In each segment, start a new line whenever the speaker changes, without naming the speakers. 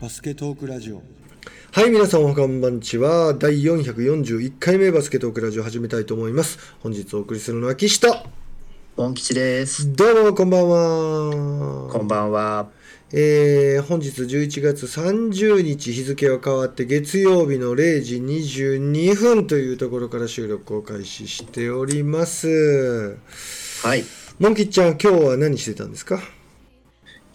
バスケトークラジオ
はい、皆さんおはこんばんちは。第441回目バスケトークラジオ始めたいと思います。本日お送りするのは岸と。
本吉です。
どうも、こんばんは。
こんばんは。
えー本日11月30日日付は変わって月曜日の0時22分というところから収録を開始しております。
はい。
モンキッちゃん、今日は何してたんですか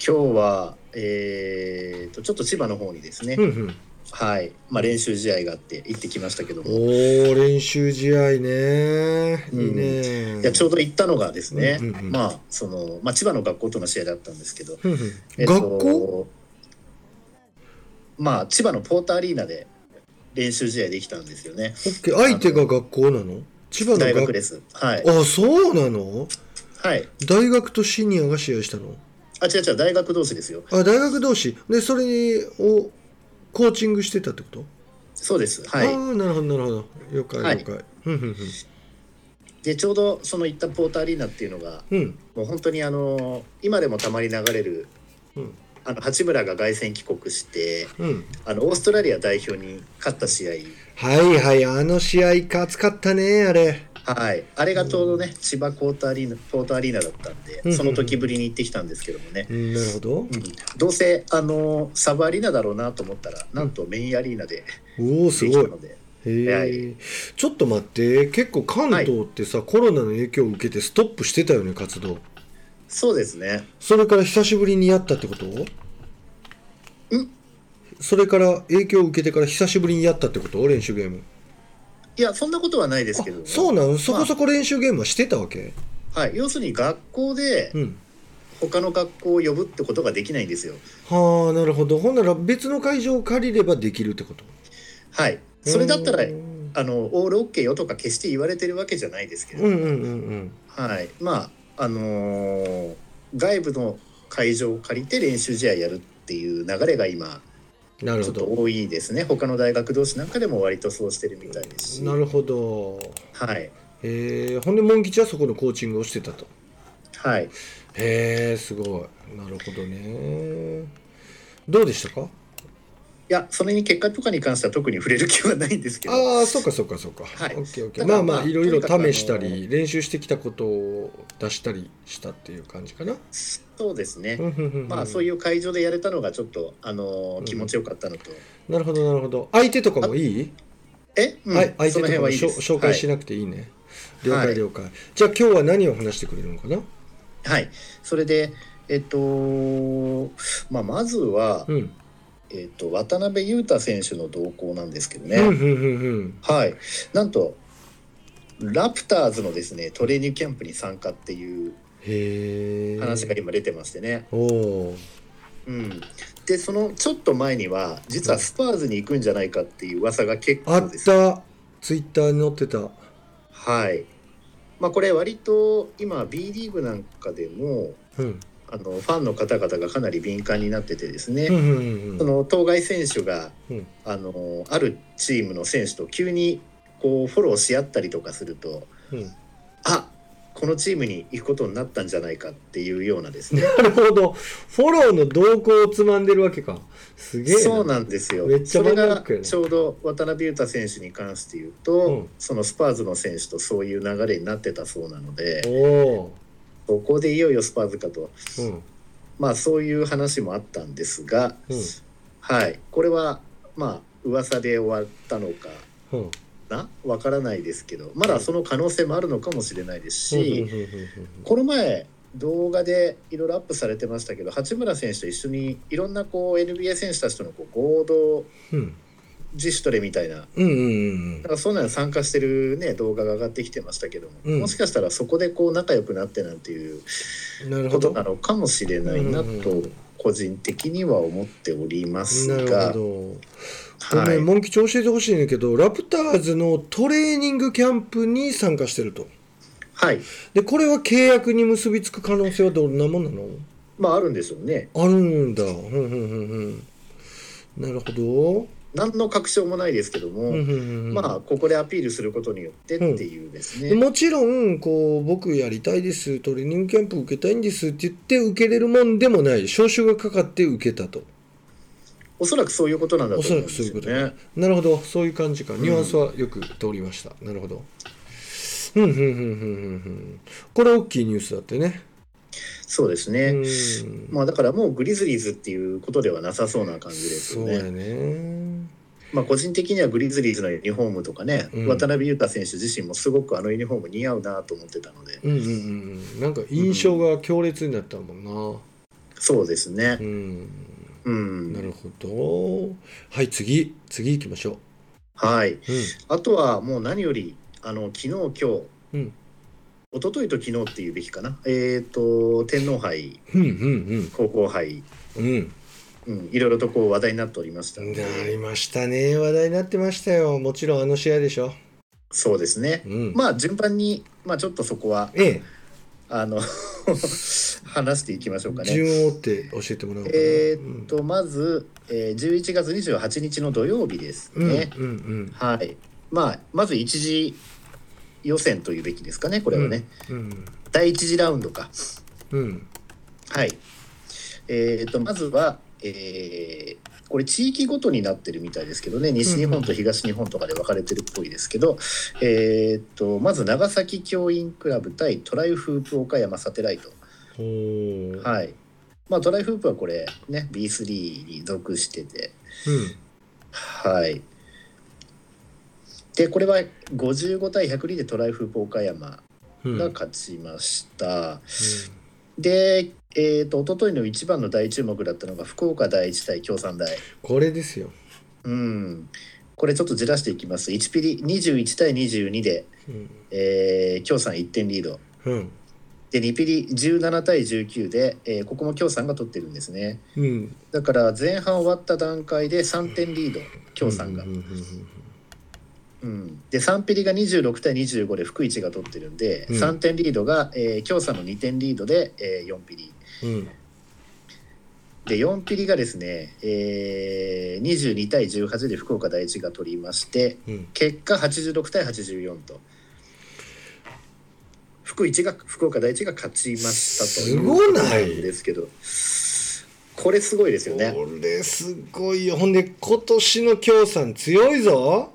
今日は、えー、と、ちょっと千葉の方にですね、
うんうん。
はい。まあ練習試合があって行ってきましたけども、
おー、練習試合ね。いいね。
いや、ちょうど行ったのがですね、
うんうんうん
まあ、その、まあ千葉の学校との試合だったんですけど、
うんうん
えっと
学校
まあ千葉のポーターアリーナで練習試合できたんですよね。
オッケー相手が学校なの千葉の
大
学
学です。はい。
あ、そうなの
はい。
大学とシニアが試合したの
あ、違う違う、大学同士ですよ。
あ、大学同士。で、それをコーチングしてたってこと
そうです。
あ
はい。
あなるほどなるほど了解
はい
了解、うんうん
で、ちょうどその行ったポーターアリーナっていうのが、
うんうん
もう本当にあの今でもたまに流れる、
うん
あの八村が凱旋帰国して
うん
あのオーストラリア代表に勝った試合、
はいはいあの試合か熱かったねあれ
はい、あれがちょうどね、千葉コータアリーナポーターアリーナだったんで、
うん
その時ぶりに行ってきたんですけどもね、
うんなるほど
うんどうせあのサブアリーナだろうなと思ったらなんとメインアリーナで
おおす
できた
ごい
のでは
へえ
い
ちょっと待って結構関東ってさ、コロナの影響を受けてストップしてたよね活動
そうですね
それから久しぶりにやったってことそれから影響を受けてから久しぶりにやったってこと練習ゲーム
いやそんなことはないですけども
そうなのそこそ
こ、
こ練習ゲームはしてたわけ、
まあはい、要するに学校で
うん
他の学校を呼ぶってことができないんですよ
はあなるほどほんなら別の会場を借りればできるってこと
はいそれだったら
うん
あのオールオッケーよとか決して言われてるわけじゃないですけど、
うんうんうん
はいまああのー外部の会場を借りて練習試合やるっていう流れが今
うんなる
ちょ
ほ
っと
ど
多いですね他の大学同士なんかでも割とそうしてるみたいですし
なるほど
はい
えー、ほんでモン吉はそこのコーチングをしてたと
はい
へえすごいなるほどねどうでしたか
いやそれに結果とかに関しては特に触れる気はないんですけど
ああそうかそうかそうか、
はい
オッケーオッケー
ただ
まあま
ま
あ
あ
いろいろ
とにかく
試したり練習してきたことを出したりしたっていう感じかな
そうですね、ま
ま
あそういう会場でやれたのがちょっと、あのー気持ちよかったのと、
なるほどなるほど相手とかもいい、
え、うん
あい相手とか
その辺
も
はいい
しょ
です
紹介し
はい
なくていいね、
は
了解
い
了解じゃあ今日は何を話してくれるのかな
はい、それでえっとまあまずは、
うん
えっと、渡辺裕太選手の動向なんですけどね、
うんうんうんうん
はい、なんとラプターズのですねトレーニングキャンプに参加っていう
へえ
話が今出てましてね、
おお
うん、でそのちょっと前には実はスパーズに行くんじゃないかっていう噂が結
あ
構
っ
です、
たツイッターに載ってた
はいまあ、これ割と今 B リーグなんかでも
うん
あのファンの方々がかなり敏感になっててですね、
うんうん
そ
うん
の当該選手が、
うん
あのあるチームの選手と急にこうフォローし合ったりとかすると
うん
あこのチームに行くことになったんじゃないかっていうよう なですね
なるほどフォローの動向をつまんでるわけかすげえ
そうなんですよ
めっちゃ
それ
マニアッ
が
クやね
ちょうど渡辺裕太選手に関して言うと、
うん
そのスパーズの選手とそういう流れになってたそうなので
おお
ここでいよいよスパーズかと
ーうん
まあそういう話もあったんですが、
う
はいこれはまあ噂で終わったのか
んうん
なわからないですけどまだその可能性もあるのかもしれないですし、
う
この前動画でいろいろアップされてましたけど八村選手と一緒にいろんなこう NBA 選手たちとのこう合同
ん
自主トレみたいな。
うんうんうん
なんかそういうのに参加してる、ね、動画が上がってきてましたけども、
うん
もしかしたらそこでこう仲良くなってなんていう
うんなる
こ
ほ
と
どな
な
る
のかもしれないな
う
と
ん
個人的には思っておりますが、
ほどご
は
め
い
んモン吉教えてほしいんだけどラプターズのトレーニングキャンプに参加してると
はい
でこれは契約に結びつく可能性はどんなもんなの
まああるんでしょうね
あるんだうんうんうんうんなるほ
何の確証もないですけども、
ど、うんうんうんうん、
まあここでアピールすることによってっていうですね、
もちろんこう僕やりたいですトレーニングキャンプ受けたいんですって言って受けれるもんでもない招集がかかって受けたと
おそらくそういうことなんだと
おそ
思う
ら
んで
くそう
す
いう
よ
こと
ね
ね。なるほどそういう感じかニュアンスはよく通りました、なるほどうんうんうんうんうんうんこれ大きいニュースだってね
そうですね。
うん
まあだからもうグリズリーズっていうことではなさそうな感じです
そ
よ
う
ね。
やね
まあ個人的にはグリズリーズのユニフォームとかね、
うん
渡辺裕太選手自身もすごくあのユニフォーム似合うなと思ってたので、
うんうんうんうんなんか印象が強烈になったもん
そうですね
なう。ん
うん。
なるほどはい次次行きましょ
はい。
う
あとはもう何よりあの昨日今日、
うん
一昨日と昨日っていうべきかな。えっ、と天皇杯、
うんうん
高校杯、
うんうん
うん、いろいろとこう話題になっておりました
う
の
ん
で
なりましたね話題になってましたよもちろんあの試合でしょ
そうですね。
うん
まあ順番にまあちょっとそこは
え
あ の話していきましょうか
え
ね。
順を追って教えてもらおうかな
えーっと、まず、えー、11月28日の土曜日です
うん
ね。
うんうん
はい。まあ、まず一次予選というべきですかね、これはね。
うん
第一次ラウンドか。
うん
はい。えーっと、まずは、えーこれ地域ごとになってるみたいですけどね西日本と東日本とかで分かれてるっぽいですけど、えーっとまず長崎教員クラブ対トライフープ岡山サテライト
ほー
はいまあトライフープはこれね B3 に属してて
うん
はい。で、これは55対102でトライフープ岡山
うん
が勝ちました。で、えっ、と、一昨日の一番の大注目だったのが、福岡第一対京産大。
これですよ
うん。これちょっとずらしていきます。1ピリ、21対22で、
うん
えー、京産1点リード。
うん
で、2ピリ、17対19で、えーここも京産が取ってるんですね。
うん
だから、前半終わった段階で3点リード、京産が
う。んうんうん
うん、で3ピリが26対25で福一が取ってるんで、
うん
3点リードが、えー、京さんの2点リードで、えー4ピリ
うんうん
で4ピリがですね、えー、22対18で福岡第一が取りまして
うん
結果86対84と福一が福岡第一が勝ちましたという
すごない
ことんですけどこれすごいですよね
これすごいよほんで今年の京さん強いぞ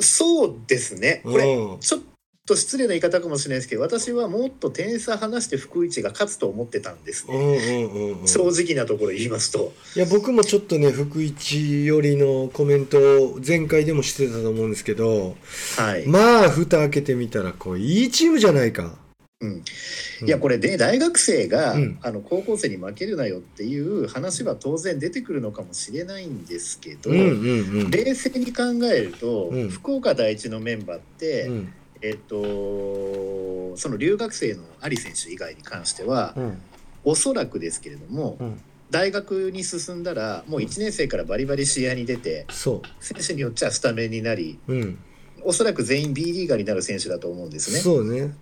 そうですねこれ、
うん
ちょっと失礼な言い方かもしれないですけど私はもっと点差離して福一が勝つと思ってたんです
うん
ね、
うんうんうん
正直なところ言いますと
いや僕もちょっとね福一よりのコメントを前回でもしてたと思うんですけど
はい、
まあ蓋開けてみたらこういいチームじゃないか
うん
うん
いやこれで大学生が、
うん
あの高校生に負けるなよっていう話は当然出てくるのかもしれないんですけど、
うんうんうん
冷静に考えると、
うん
福岡第一のメンバーって、
うん
えっとその留学生のアリ選手以外に関しては、
うん
おそらくですけれども、
うん
大学に進んだらもう1年生からバリバリ試合に出て
そ
選手によっちゃスタメンになり
ううん
おそらく全員 B リーガーになる選手だと思うんですね。
そうね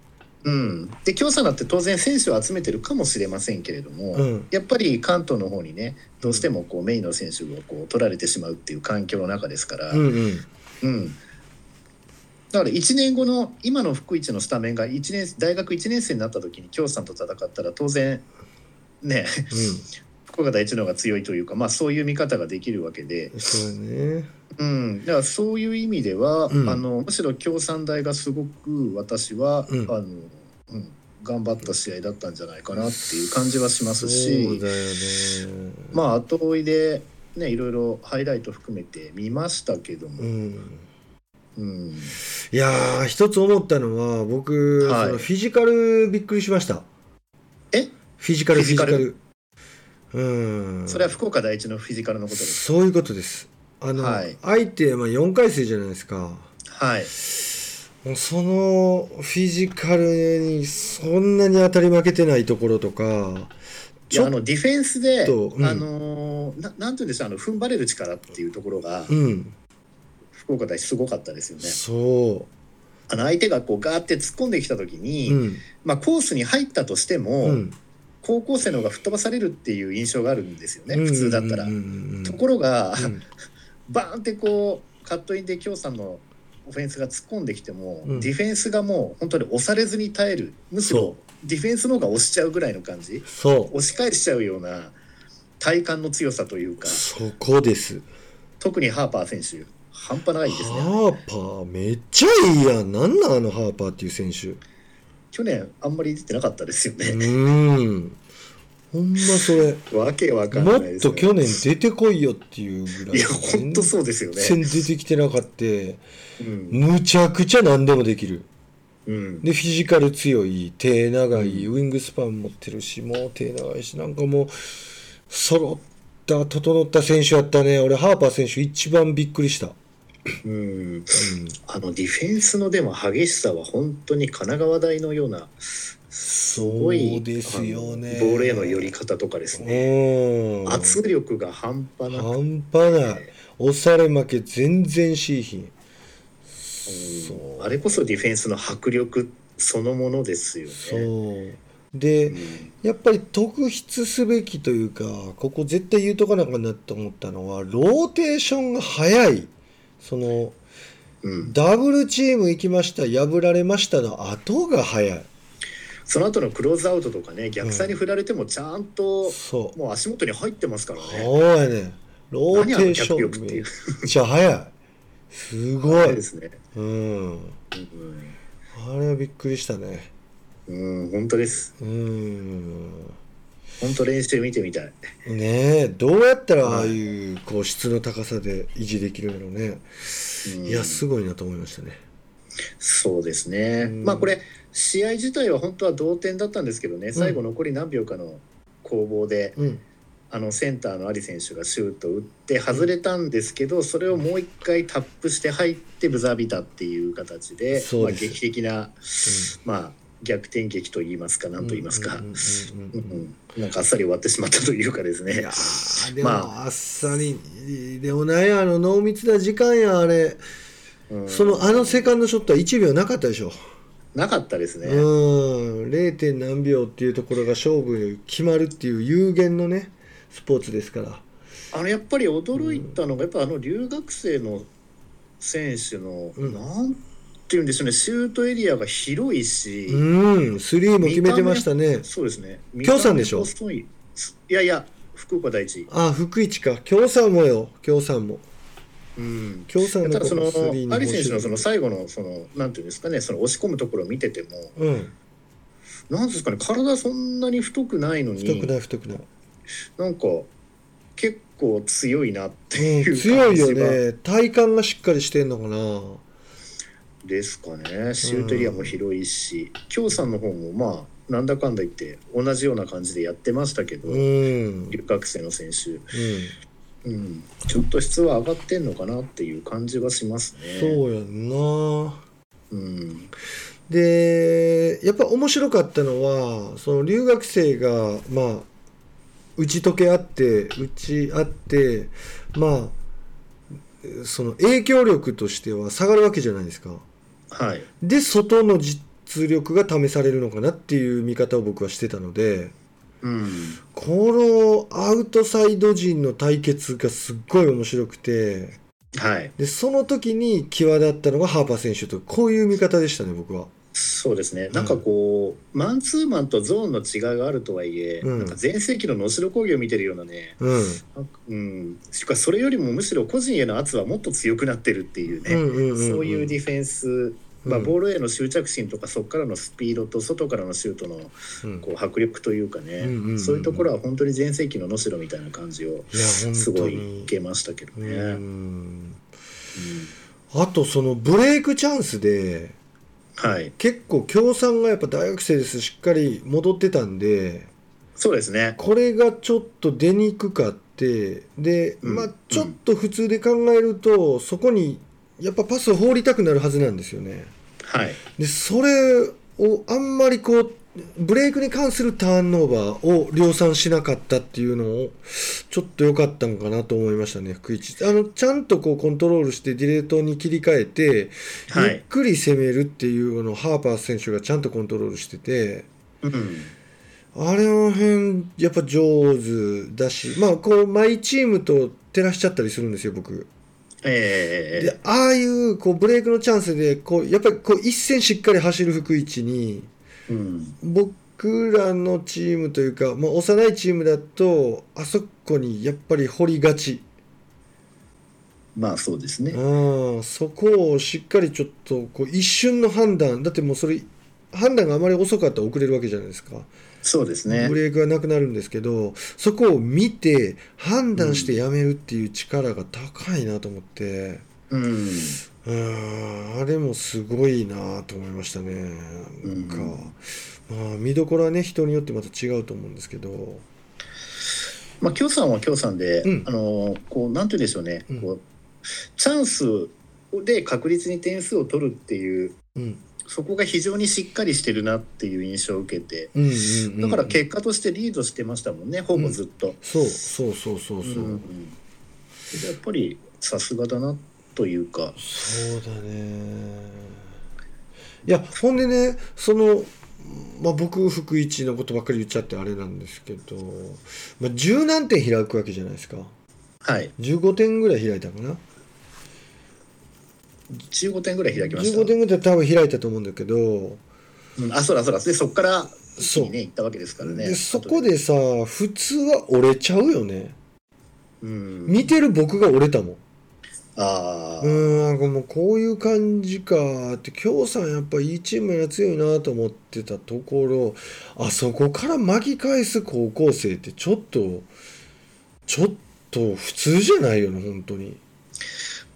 うん、で京産だって当然選手を集めてるかもしれませんけれども、
うん
やっぱり関東の方にねどうしてもこうメインの選手をこう取られてしまうっていう環境の中ですから、
うんうん
うんだから1年後の今の福一のスタメンが一年大学1年生になった時に京産と戦ったら当然ね 福岡第一の方が強いというか、まあ、そういう見方ができるわけで
う、んそうね
うん、だからそういう意味では、
うん
あのむしろ共産大がすごく私は、
うん
あのうん、頑張った試合だったんじゃないかなっていう感じはしますし、
そうだよね
まあ後追いで、ね、いろいろハイライト含めて見ましたけど
う
も、
ん
うん、
いやー一つ思ったのは僕、
はい
そのフィジカルびっくりしました
え
フィジカルフィ
フ
ジ
ィジ
カ
カ
ル
ル
うん
それは福岡第一のフィジカルのことです。
そういうことですあの、
はい
相手、まあ、4回生じゃないですか
はい、
もうそのフィジカルにそんなに当たり負けてないところとか
い
ち
や
ょ
あ
っと
のディフェンスで、
うん
あのーななんていうんでしょうあの踏ん張れる力っていうところが、
うん
福岡第一すごかったですよね。
そ
あの相手がこうガーって突っ込んできた時に、
ううん
まあ、コースに入ったとしても、
うん
高校生の方が吹っ飛ばされるっていう印象があるんですよね、普通だったら。
うんうんうん
ところが、
うん
バーンってこうカットインで京さんのオフェンスが突っ込んできても、
うん
ディフェンスがもう本当に押されずに耐えるむしろ
そ
ディフェンスの方が押しちゃうぐらいの感じ
そう
押し返しちゃうような体幹の強さというか、
そこです。
特にハーパー選手、半端ないですね。
ハーパー、めっちゃいいやん。なんなんあのハーパーっていう選手。
去年、あんまり出てなかったですよ
う
ね。
ーん。ほんまそれ。
わけわかん
も
ないで
っ
す、
と
ね。
去年出てこいよっていうぐらい。
いや、本当そうですよね。
全然出てきてなかった。
うん。
むちゃくちゃ何でもできる。
うん。
で、フィジカル強い、手長い、ウィングスパン持ってるし、もう手長いし、なんかもう、揃った、整った選手やったね。俺、ハーパー選手一番びっくりした。
うん
うん
あのディフェンスのでも激しさは本当に神奈川大のようなすごい
そうですよね
あのボールへの寄り方とかですね
うん。
圧力が半端なく
半端ない。押され負け全然しいひん。そう。
あれこそディフェンスの迫力そのものですよね。
そう。で、
うん
やっぱり特筆すべきというか、ここ絶対言うとかなあかんなと思ったのは、ローテーションが早い。その、
うん、
ダブルチーム行きました、破られましたの後が早い。
その後のクローズアウトとかね逆サイに振られてもちゃんと、
そう。
もう足元に入ってますからね。
そうやねん。ローテーシ
何あの脚力
ョ
っ
ン
て
め
い
っ
う
ちゃ早い。すご
そう
い
で。すね、
うん。
うん
あれはびっくりしたね。
うん、本当です
うん。
本当練習見てみたい。
ねえ、どうやったらああいう、こう、質の高さで維持できるんやろうね。
うん
いや、すごいなと思いましたね。
そうですね、
うん
まあこれ試合自体は本当は同点だったんですけどね最後残り何秒かの攻防で、
うん。
あのセンターのアリ選手がシュートを打って外れたんですけどそれをもう一回タップして入ってブザービターっていう形で
そう
まあ、
です
劇的な、まあ、逆転劇といいますか何と言いますか、
う
うん
うん
ん
うんうんうん
なんかあっさり終わってしまったというかです
い
ね
や。ーでも、
ま
あ、っさりでもないあの濃密な時間やあれ、
うん
そのあのセカンドショットは1秒なかったでしょ、
なかったですね。
うーん 0. 点何秒っていうところが勝負決まるっていう有限のねスポーツですから
あのやっぱり驚いたのが、やっぱあの留学生の選手の、
うん
なんていうんでしょうねシュートエリアが広いし、
うんスリーも決めてましたね
そうですね
京さんでしょ
見た目細いいやいや福岡第一
あ福市か京さんもよ京さんも
うん
京さん
ただその
スリー
アリ選手のその
方
最後のそのなんていうんですかねその押し込むところを見てても
うん
なんですかね体そんなに太くないの
太
に
くない太くない
なんか結構強いなって
うん
いう
強
感
い
じ
よ
が
ね体幹がしっかりしてんのかな
ですかねシュートエリアも広いし京さんの方もまあなんだかんだ言って同じような感じでやってましたけど、
うん
留学生の選手、
うん
うん、ちょっと質は上がってんのかなっていう感じはしますね。
そうやんな
うん
でやっぱ面白かったのはその留学生がまあ打ち解け合って打ち合ってまあその影響力としては下がるわけじゃないですか
はい、
で外の実力が試されるのかなっていう見方を僕はしてたので
うん
このアウトサイド陣の対決がすっごい面白くて
はい、
でその時に際立ったのがハーパー選手とこういう見方でしたね僕は。
そうですね、なんかこう、マンツーマンとゾーンの違いがあるとはいえ、
うん
なんか全盛期の能代工業を見てるようなね、
うん
なんかうん、しかそれよりもむしろ個人への圧はもっと強くなってるっていうね、そういうディフェンス、まあ、ボールへの執着心とか、そこからのスピードと外からのシュートの
うん
こう迫力というかね、
うんうんうん
そういうところは本当に全盛期の能代みたいな感じを
いや本当に
すごい受けましたけど
う
ね。
ん
うん
あとそのブレイクチャンスで
はい、
結構京さんがやっぱ大学生ですしっかり戻ってたんで
そうですね。
これがちょっと出にくかってで、
うん
ま
う
あ
ん
ちょっと普通で考えるとそこにやっぱパスを放りたくなるはずなんですよね。
はい、
でそれをあんまりこうブレイクに関するターンオーバーを量産しなかったっていうのをちょっと良かったのかなと思いましたね福一あのちゃんとこうコントロールしてディレートに切り替えて、
は
ゆっ
い、
くり攻めるっていうのをハーパー選手がちゃんとコントロールしてて
うん
あれの辺やっぱ上手だしまあこうマイチームと照らしちゃったりするんですよ僕。
え
でああいうこうブレイクのチャンスでこうやっぱりこう一線しっかり走る福一に
えうん、
僕僕らのチームというか、まあ、幼いチームだとあそこにやっぱり掘りがち、
まあそうですね。
うん、そこをしっかりちょっとこう一瞬の判断だってもうそれ判断があまり遅かったら遅れるわけじゃないですか、
そうですね
ブ。レークがなくなるんですけどそこを見て判断してやめるっていう力が高いなと思って、
うん。
うん、あれもすごいなと思いましたねなんか、
うん
まあ見どころはね人によってまた違うと思うんですけど
まあ京さんは京さんで、
うん
あのこうなんて言うんでしょうね。
うん
こうチャンスで確率に点数を取るっていう
うん
そこが非常にしっかりしてるなっていう印象を受けて。
うんうんうんうん
だから結果としてリードしてましたもんね、ほぼずっと。
そうそうそうそうそう、
うんうんやっぱりさすがだなというか、
そうだねいやほんでねその、まあ、僕福一のことばっかり言っちゃってあれなんですけど、まあ、10何点開くわけじゃないですか
はい、
15点ぐらい開いたかな
15点ぐらい開きました。
15点ぐらい多分開いたと思うんだけど、
うんあ、そうだそうだ。で、そこから一気にね、
そう
行ったわけですからね。
でそこでさ普通は折れちゃうよね
うん、
見てる僕が折れたもん
ああ、
うーんなんかもうこういう感じかって京さんやっぱいいチームやな強いなと思ってたところあそこから巻き返す高校生ってちょっとちょっと普通じゃないよね本当に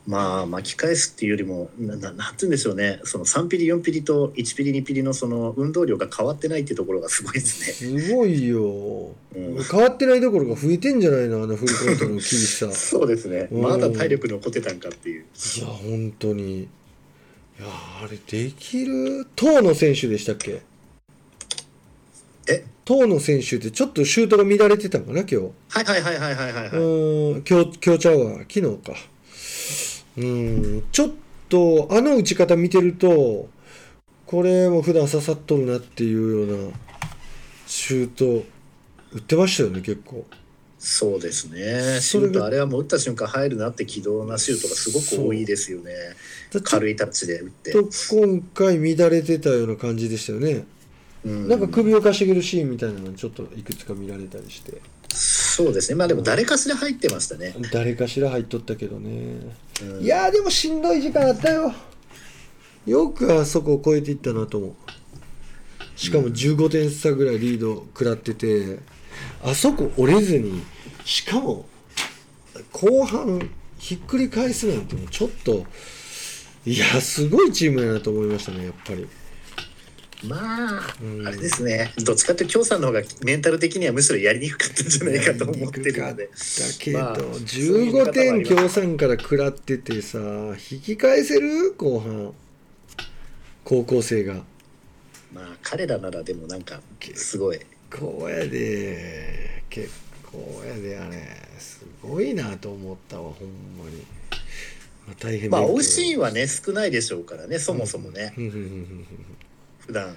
まあ巻き返すっていうよりもなななんて言うんでしょうねその3ピリ4ピリと1ピリ2ピリのその運動量が変わってないっていうところがすごいです
すごいよ
ね、うん
変わってないどころか増えてんじゃないのあのフルコートの厳し さい
そうですね
うん
まだ体力残ってたんかっていう
や本当にいやあれできる遠野選手でしたっけ
え
遠野選手ってちょっとシュートが乱れてたんかな今日
はいはいはいはいはいはいはい、
うーん今日今日ちゃうわ昨日かうーんちょっとあの打ち方見てるとこれも普段刺さっとるなっていうようなシュート打ってましたよね結構
そうですねシ
そ
ュ
れが
ートあれはもう打った瞬間入るなって軌道なシュートがすごく多いですよね
だちょっ
軽いタッチで打って、
と今回乱れてたような感じでしたよね
うん
なんか首をかしげるシーンみたいなのちょっといくつか見られたりして
そうですねまあでも誰かしら入ってましたね、
誰かしら入っとったけどね
うん
いやーでもしんどい時間あったよよくあそこを超えていったなと思うしかも15点差ぐらいリード食らっててあそこ折れずにしかも後半ひっくり返すなんてねちょっといやすごいチームやなと思いましたねやっぱり
まあ、
うん
あれですね、どっちかというと、京さんの方がメンタル的にはむしろやりにくかったんじゃないかと思ってるの
だ
で、
けど、
まあ
15点共産から食らっててさ引き返せる後半高校生が。
まあ、彼らならでもなんか、すごい、
こうやで結構やであれすごいなと思ったわほんまに、まあ、大変
まあ、
勉強
惜しいはね、少ないでしょうからね、そもそもね、
うんうんうん
普段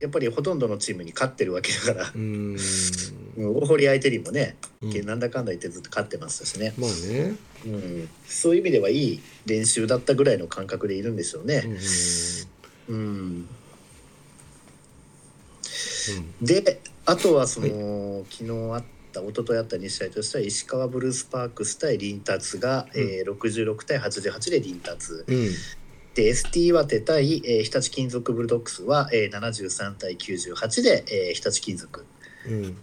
やっぱりほとんどのチームに勝ってるわけだから、
うんうんう
うん大堀相手にもね、
ーん
なんだかんだ言ってずっと勝ってましたしね、
まあね、
うん、そういう意味ではいい練習だったぐらいの感覚でいるんでしょう
うん
ね。
うん
うんであとはその、昨日あった一昨日あった2試合としては石川ブルースパークス対リンタツが、
うん
えー66対88でリンタツ
うんうん
で ST 岩手対、えー日立金属ブルドッグスは、えー73対98で、えー日立金属
うん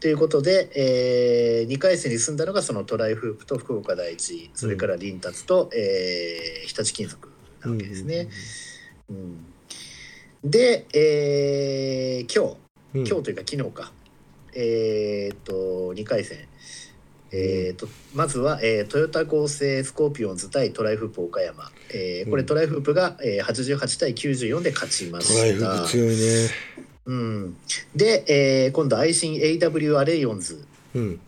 ということで、え2回戦に進んだのがそのトライフープと福岡第一それからリンタツと、えー日立金属なわけですね。うんで、えー今日
うん
今日というか昨日か、えーっと2回戦、えーっとまずは、えートヨタ合成スコーピオンズ対トライフープ岡山、えーこれ
うん
トライフープが、えー88対94で勝ちま
トライ
し
フ
た
ック、強いね
うん、で、えー今度愛心 AW アレイオンズ、
うん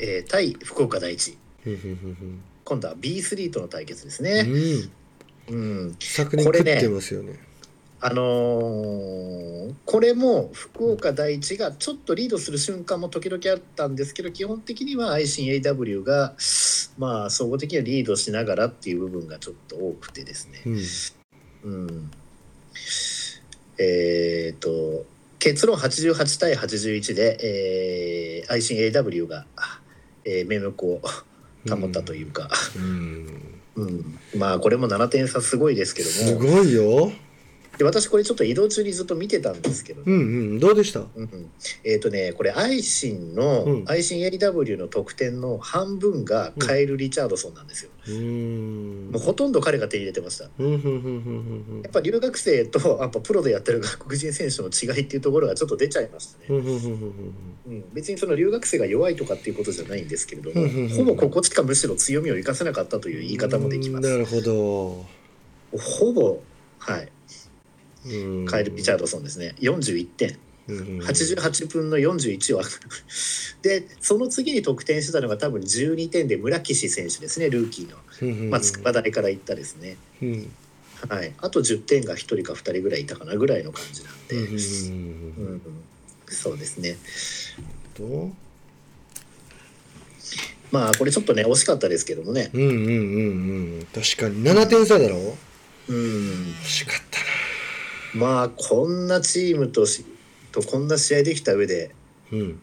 えー対福岡第一
うんうん
今度は B3 との対決です
う
ね、
んうん
うん、
昨年
こ
食
れ
っ
ね
てますよね
あのーこれも福岡第一がちょっとリードする瞬間も時々あったんですけど基本的には ICAW がまあ総合的にはリードしながらっていう部分がちょっと多くてですね、
うん
うん、えっ、と結論88対81で、えー、愛新 AW が、えー、名目を保ったというか、
うん、
うんまあこれも7点差すごいですけ
す
ども
ごいよ。
で私これちょっと移動中にずっと見てたんですけど、
うんうん、どうでした
うんうんえっ、とねこれ愛信
う
の
ん
愛信 AW の得点の半分がカエル・リチャードソンなんですよ、
うん。
もうほとんど彼が手入れてました
うんうんうんうん
やっぱ留学生とやっぱプロでやってる外国人選手の違いっていうところがちょっと出ちゃいましたね
うんうんうんうんうん
うん、別にその留学生が弱いとかっていうことじゃないんですけれど
う
も、
んうんうん
ほぼここしかむしろ強みを生かせなかったという言い方もできま
な
す。
るほど。
ほぼ、はい、
うん
カエル・リチャードソンですね、41点、
うん
88分の41は、 で、その次に得点してたのが多分12点で村岸選手ですね、ルーキーの、まあ、筑波大から行ったですね、
うんうん
はい、あと10点が1人か2人ぐらいいたかなぐらいの感じな
うん
ん
うんうんん
で、ううん、そうですね。
とうん
まあ、これちょっとね、惜しかったですけどもね、
うんうんうん確かに7点差だろ
うん。
欲しかった
まあこんなチームとしとこんな試合できた上で
なうん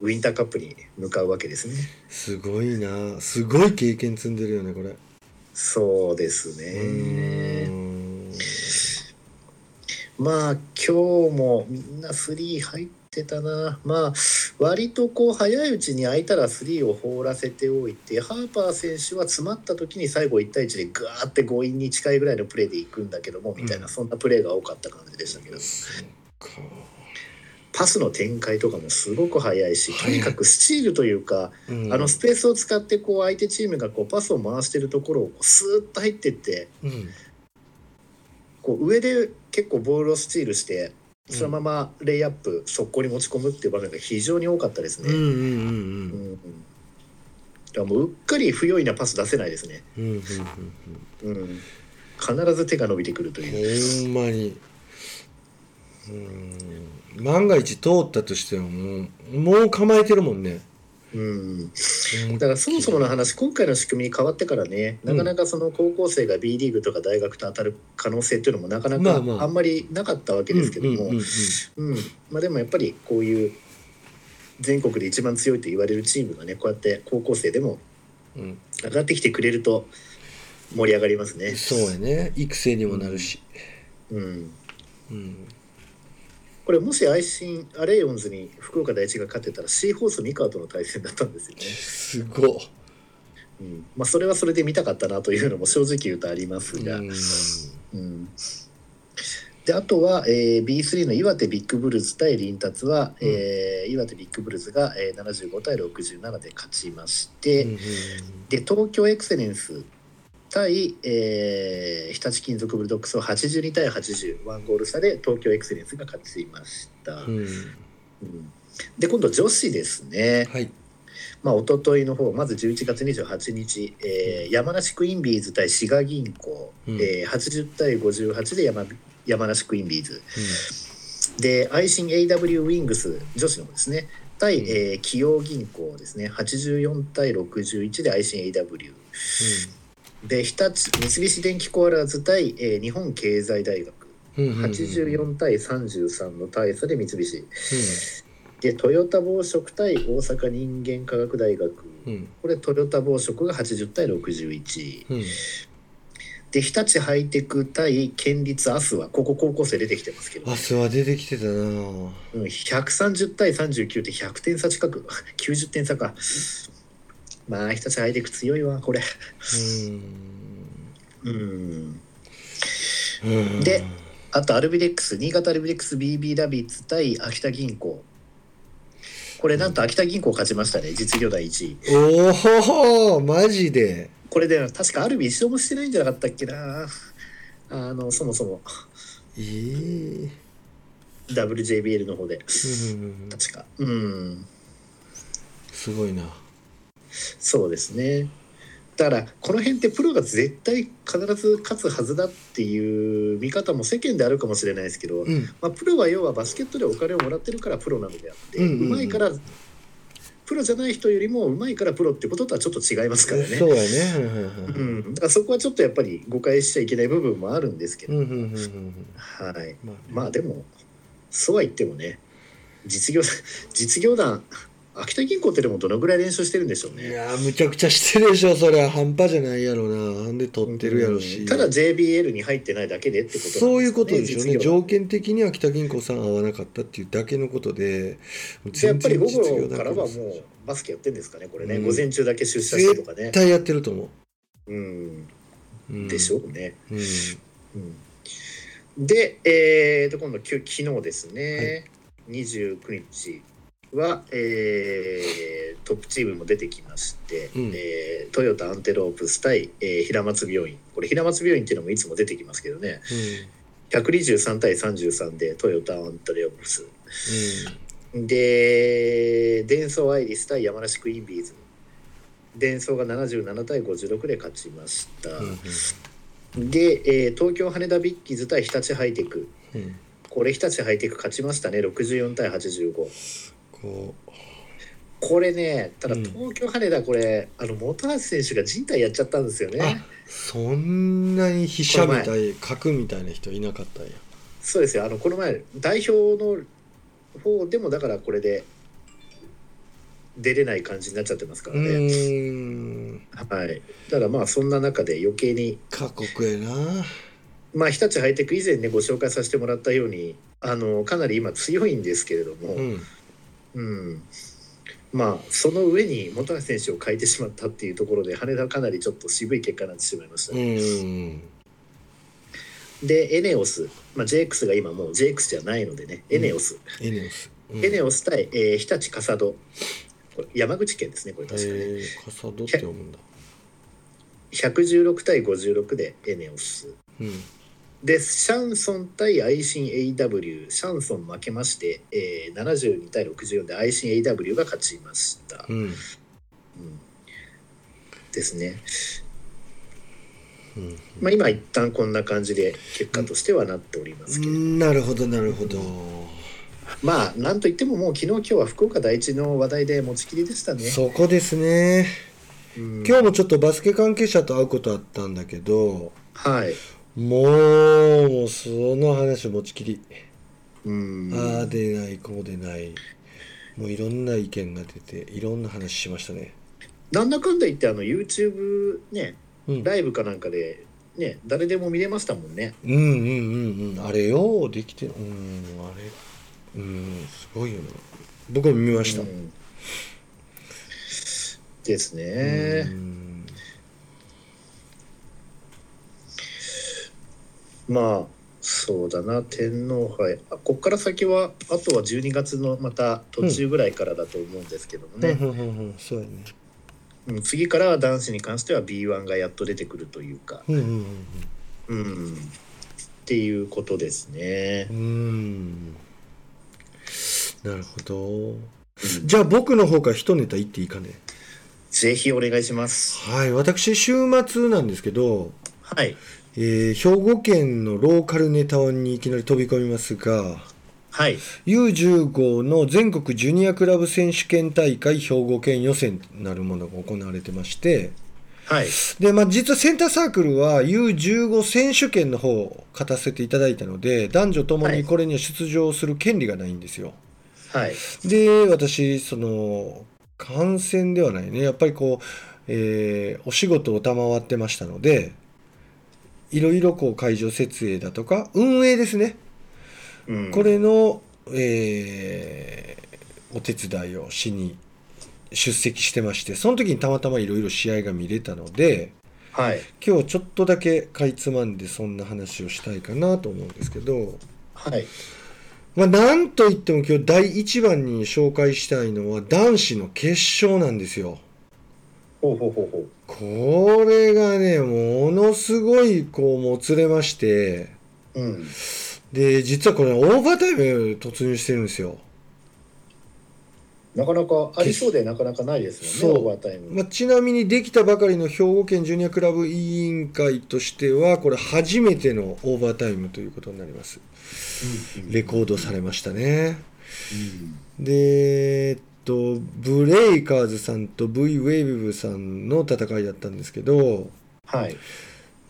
ウィンターカップに向かうわけですね。
すごいなすごい経験積んでるよねこれ
そうです
うー
ね。
ん
まあ今日もみんな3入ってたな。まあ割とこう早いうちに空いたら3を放らせておいてハーパー選手は詰まった時に最後1対1でガーって強引に近いぐらいのプレーでいくんだけどもみたいな、
うん
そんなプレーが多かった感じでしたけど
そっか
パスの展開とかもすごく早いしとにかくスチールというか。
うん
あのスペースを使ってこう相手チームがこうパスを回してるところをこうスーッと入ってって
うん
こう上で結構ボールをスチールしてそのままレイアップ速攻に持ち込むっていう場面が非常に多かったです
うんう
ね。
んうん
う
うん
んだからもううっかり不用意なパス出せないですね。
うんうん
うん、必ず手が伸びてくるという。
うんほんまにうん万が一通ったとしてももうもう構えてるもんね
うん、だからそもそもの話今回の仕組みに変わってからねなかなかその高校生が B リーグとか大学と当たる可能性っていうのもなかな
まあ
か
まあ
あんまりなかったわけですけども。
うんうんうんうん
うんまあ、でもやっぱりこういう全国で一番強いと言われるチームがねこうやって高校生でも
うん
上がってきてくれると盛り上がりますね。
そうやね育成にもなるし、
うん、
うん、
これもし愛心アレイオンズに福岡第一が勝ってたらシーホース三河との対戦だったんですよね。
すごっ
うんまあ、それはそれで見たかったなというのも正直言うとありますが。
うん
うんであとは、えー B3 の岩手ビッグブルーズ対林達は、えー岩手ビッグブルーズが、えー75対67で勝ちまして、で東京エクセレンス対、えー日立金属ブルドッグスを82対80ワンゴール差で東京エクセレンスが勝ちました、
うんうん
うんで今度女子ですね、
はい
まあ一昨日の方まず11月28日、えー山梨クイーンビーズ対滋賀銀行、
うん
えー80対58で山山梨クイーンビーズで愛新 AW ウィングス女子の方ですね対、
うん
えー企業銀行ですね84対61で愛新 AW で日立三菱電機コアラーズ対、えー日本経済大学
うんうんうん
84対33の大差で三菱でトヨタ紡織対大阪人間科学大学
うん
これトヨタ紡織が80対61
うん
で日立ハイテク対県立アスはここ高校生出てきてますけど、
あそは出てきてたなぁ
うん、130対39って100点差近く 90点差かまあ日立ハイテク強いわこれうん
うん
であとアルビレックス、新潟アルビレックス BB ラビッツ対秋田銀行。これなんと秋田銀行勝ちましたね、実業団1位。
おおマジで
これで確かアルビ一勝もしてないんじゃなかったっけな。あの、そもそも
いい
WJBL の方で。
うんうんうん
確か。うん、
すごいな
そうですね。だからこの辺ってプロが絶対必ず勝つはずだっていう見方も世間であるかもしれないですけど、
うん
まあ、プロは要はバスケットでお金をもらってるからプロなのであって、
うんうんうん
うまいからプロじゃない人よりもうまいからプロってこととはちょっと違いますからね。
そうやね。
う
うん
ん、だからそこはちょっとやっぱり誤解しちゃいけない部分もあるんですけど、
うんうんうんうん。
はい、
ま
まあでもそうは言ってもね実業 実業団秋田銀行ってでもどのぐらい練習してるんでしょう
あ、い
ね。
やーむちゃくちゃしてるでしょそりゃ半端じゃないやろな。なんで取ってるやろ
うん
し。
ただ JBL に入ってないだけでってことなんですかね
そういうことでしょうね
実業団
条件的には北銀行さん合わなかったっていうだけのことで
じゃあやっぱり午後
だ
からはもうバスケやってんですかねこれね、午前中だけ出社してとかね
絶、対やってると思
うん、
う、うん
でしょうね、
うん
うんで、えー、と今度きゅ昨日ですね、29日は、えートップチームも出てきまして、
うん
えートヨタアンテロープス対、えー平松病院これ平松病院っていうのもいつも出てきますけどね123対33でトヨタアンテロープスで、デンソーアイリス対山梨クイーンビーズ。デンソーが77対56で勝ちました。
うんうん
で、えー東京羽田ビッキーズ対日立ハイテク。
うんうん
これ日立ハイテク勝ちましたね、64対85。
こう
これね、ただ
うん
東京羽田、これ、あの本橋選手が人体やっちゃったんですよね。
あそんなに飛車みたい角みたいな人いなかったんや
そうですよ、あのこの前、代表の方でも、だからこれで出れない感じになっちゃってますか
う
らね。
ーん
はい、ただまあそんな中で余計に
過酷やな
まあ、日立ハイテク以前ねご紹介させてもらったようにあのかなり今強いんですけれども、
う
うん
ん
まあ、その上に本橋選手を変えてしまったっていうところで羽田はかなりちょっと渋い結果になってしまいました
う
ね、
ん
でエネオス、まあ、JX が今もう JX じゃないのでねエネオス、
エネオス
エネ
オ
オス対、えー日立笠戸これ山口県ですねこれ確かね
えー、かさどって読むんだ
116対56でエネオス
うん
でシャンソン対アイシン AW シャンソン負けまして、えー、72対64でアイシン AW が勝ちました、
うん
うんですね、
うん
まあ、今一旦こんな感じで結果としてはなっておりますけど、
なるほどなるほど、
まあなんといってももう昨日今日は福岡第一の話題で持ちきりでしたね
そこですね
うん
今日もちょっとバスケ関係者と会うことあったんだけど
はい
もうもうその話持ちきり、
うん
ああ出ないこう出ないもういろんな意見が出ていろんな話しましたね
なんだかんだ言ってあの YouTube ね
うん、うん
ライブかなんかでね誰でも見れましたもんね
うんうんうんあれよできてうんあれうんすごいよな僕も見ました、
うんですね、
うん
まあそうだな天皇杯あこっから先はあとは12月のまた途中ぐらいからだと思うんですけども
うん
ね、
うんうんうんそうやね
うん、次からは男子に関しては B1 がやっと出てくるというか、
うんうん
うん、っていうことですね
うんう。んなるほど
うん
じゃあ僕の方から一ネタ言っていいかね
ぜひお願いします。
はい私週末なんですけど、
はい
えー兵庫県のローカルネタにいきなり飛び込みますが
はい
U15 の全国ジュニアクラブ選手権大会兵庫県予選なるものが行われてまして
はい
で、まあ、実はセンターサークルは U15 選手権の方を勝たせていただいたので男女ともにこれには出場する権利がないんですよ。
はい
で私その感染ではないねやっぱりこう、えーお仕事を賜ってましたのでいろいろこう会場設営だとか運営ですね
うん
これの、えーお手伝いをしに出席してましてその時にたまたまいろいろ試合が見れたので
はい
今日ちょっとだけかいつまんでそんな話をしたいかなと思うんですけど。
はい
まあ、なんといっても今日第一番に紹介したいのは男子の決勝なんですよ。
ほうほうほうほう
これがね、ものすごいこうもつれまして、
うん
で、実はこれオーバータイム突入してるんですよ。
なかなかありそうでなかなかないですよね
そう
オーバータイム。
まあ、ちなみにできたばかりの兵庫県ジュニアクラブ委員会としては、これ初めてのオーバータイムということになります。
うん
レコードされましたね。
うん
で、えっとブレイカーズさんと V ウェイブさんの戦いだったんですけど
はい。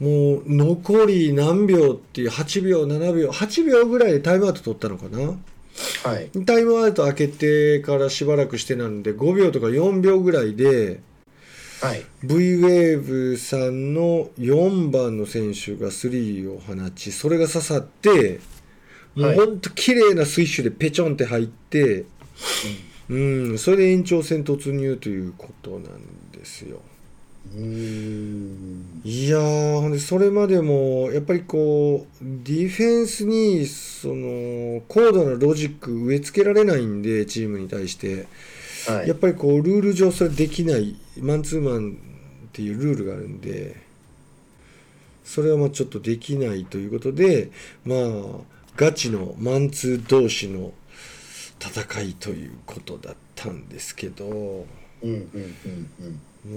もう残り何秒っていう8秒7秒8秒ぐらいでタイムアウト取ったのかな
はい。
タイムアウト開けてからしばらくしてなんで5秒とか4秒ぐらいで
はい。
V ウェーブさんの4番の選手がスリーを放ちそれが刺さってもう
はい
ほんと綺麗なスイッシュでペチョンって入って、うん、それで延長戦突入ということなんですよ。
うーん。
いやーほんでそれまでもやっぱりこうディフェンスにその高度なロジック植え付けられないんでチームに対して
はい
やっ。ぱりこうルール上それできないマンツーマンっていうルールがあるんでそれはまあちょっとできないということでまあガチのマンツー同士の戦いということだったんですけど。
うんうんうんうん。
まあ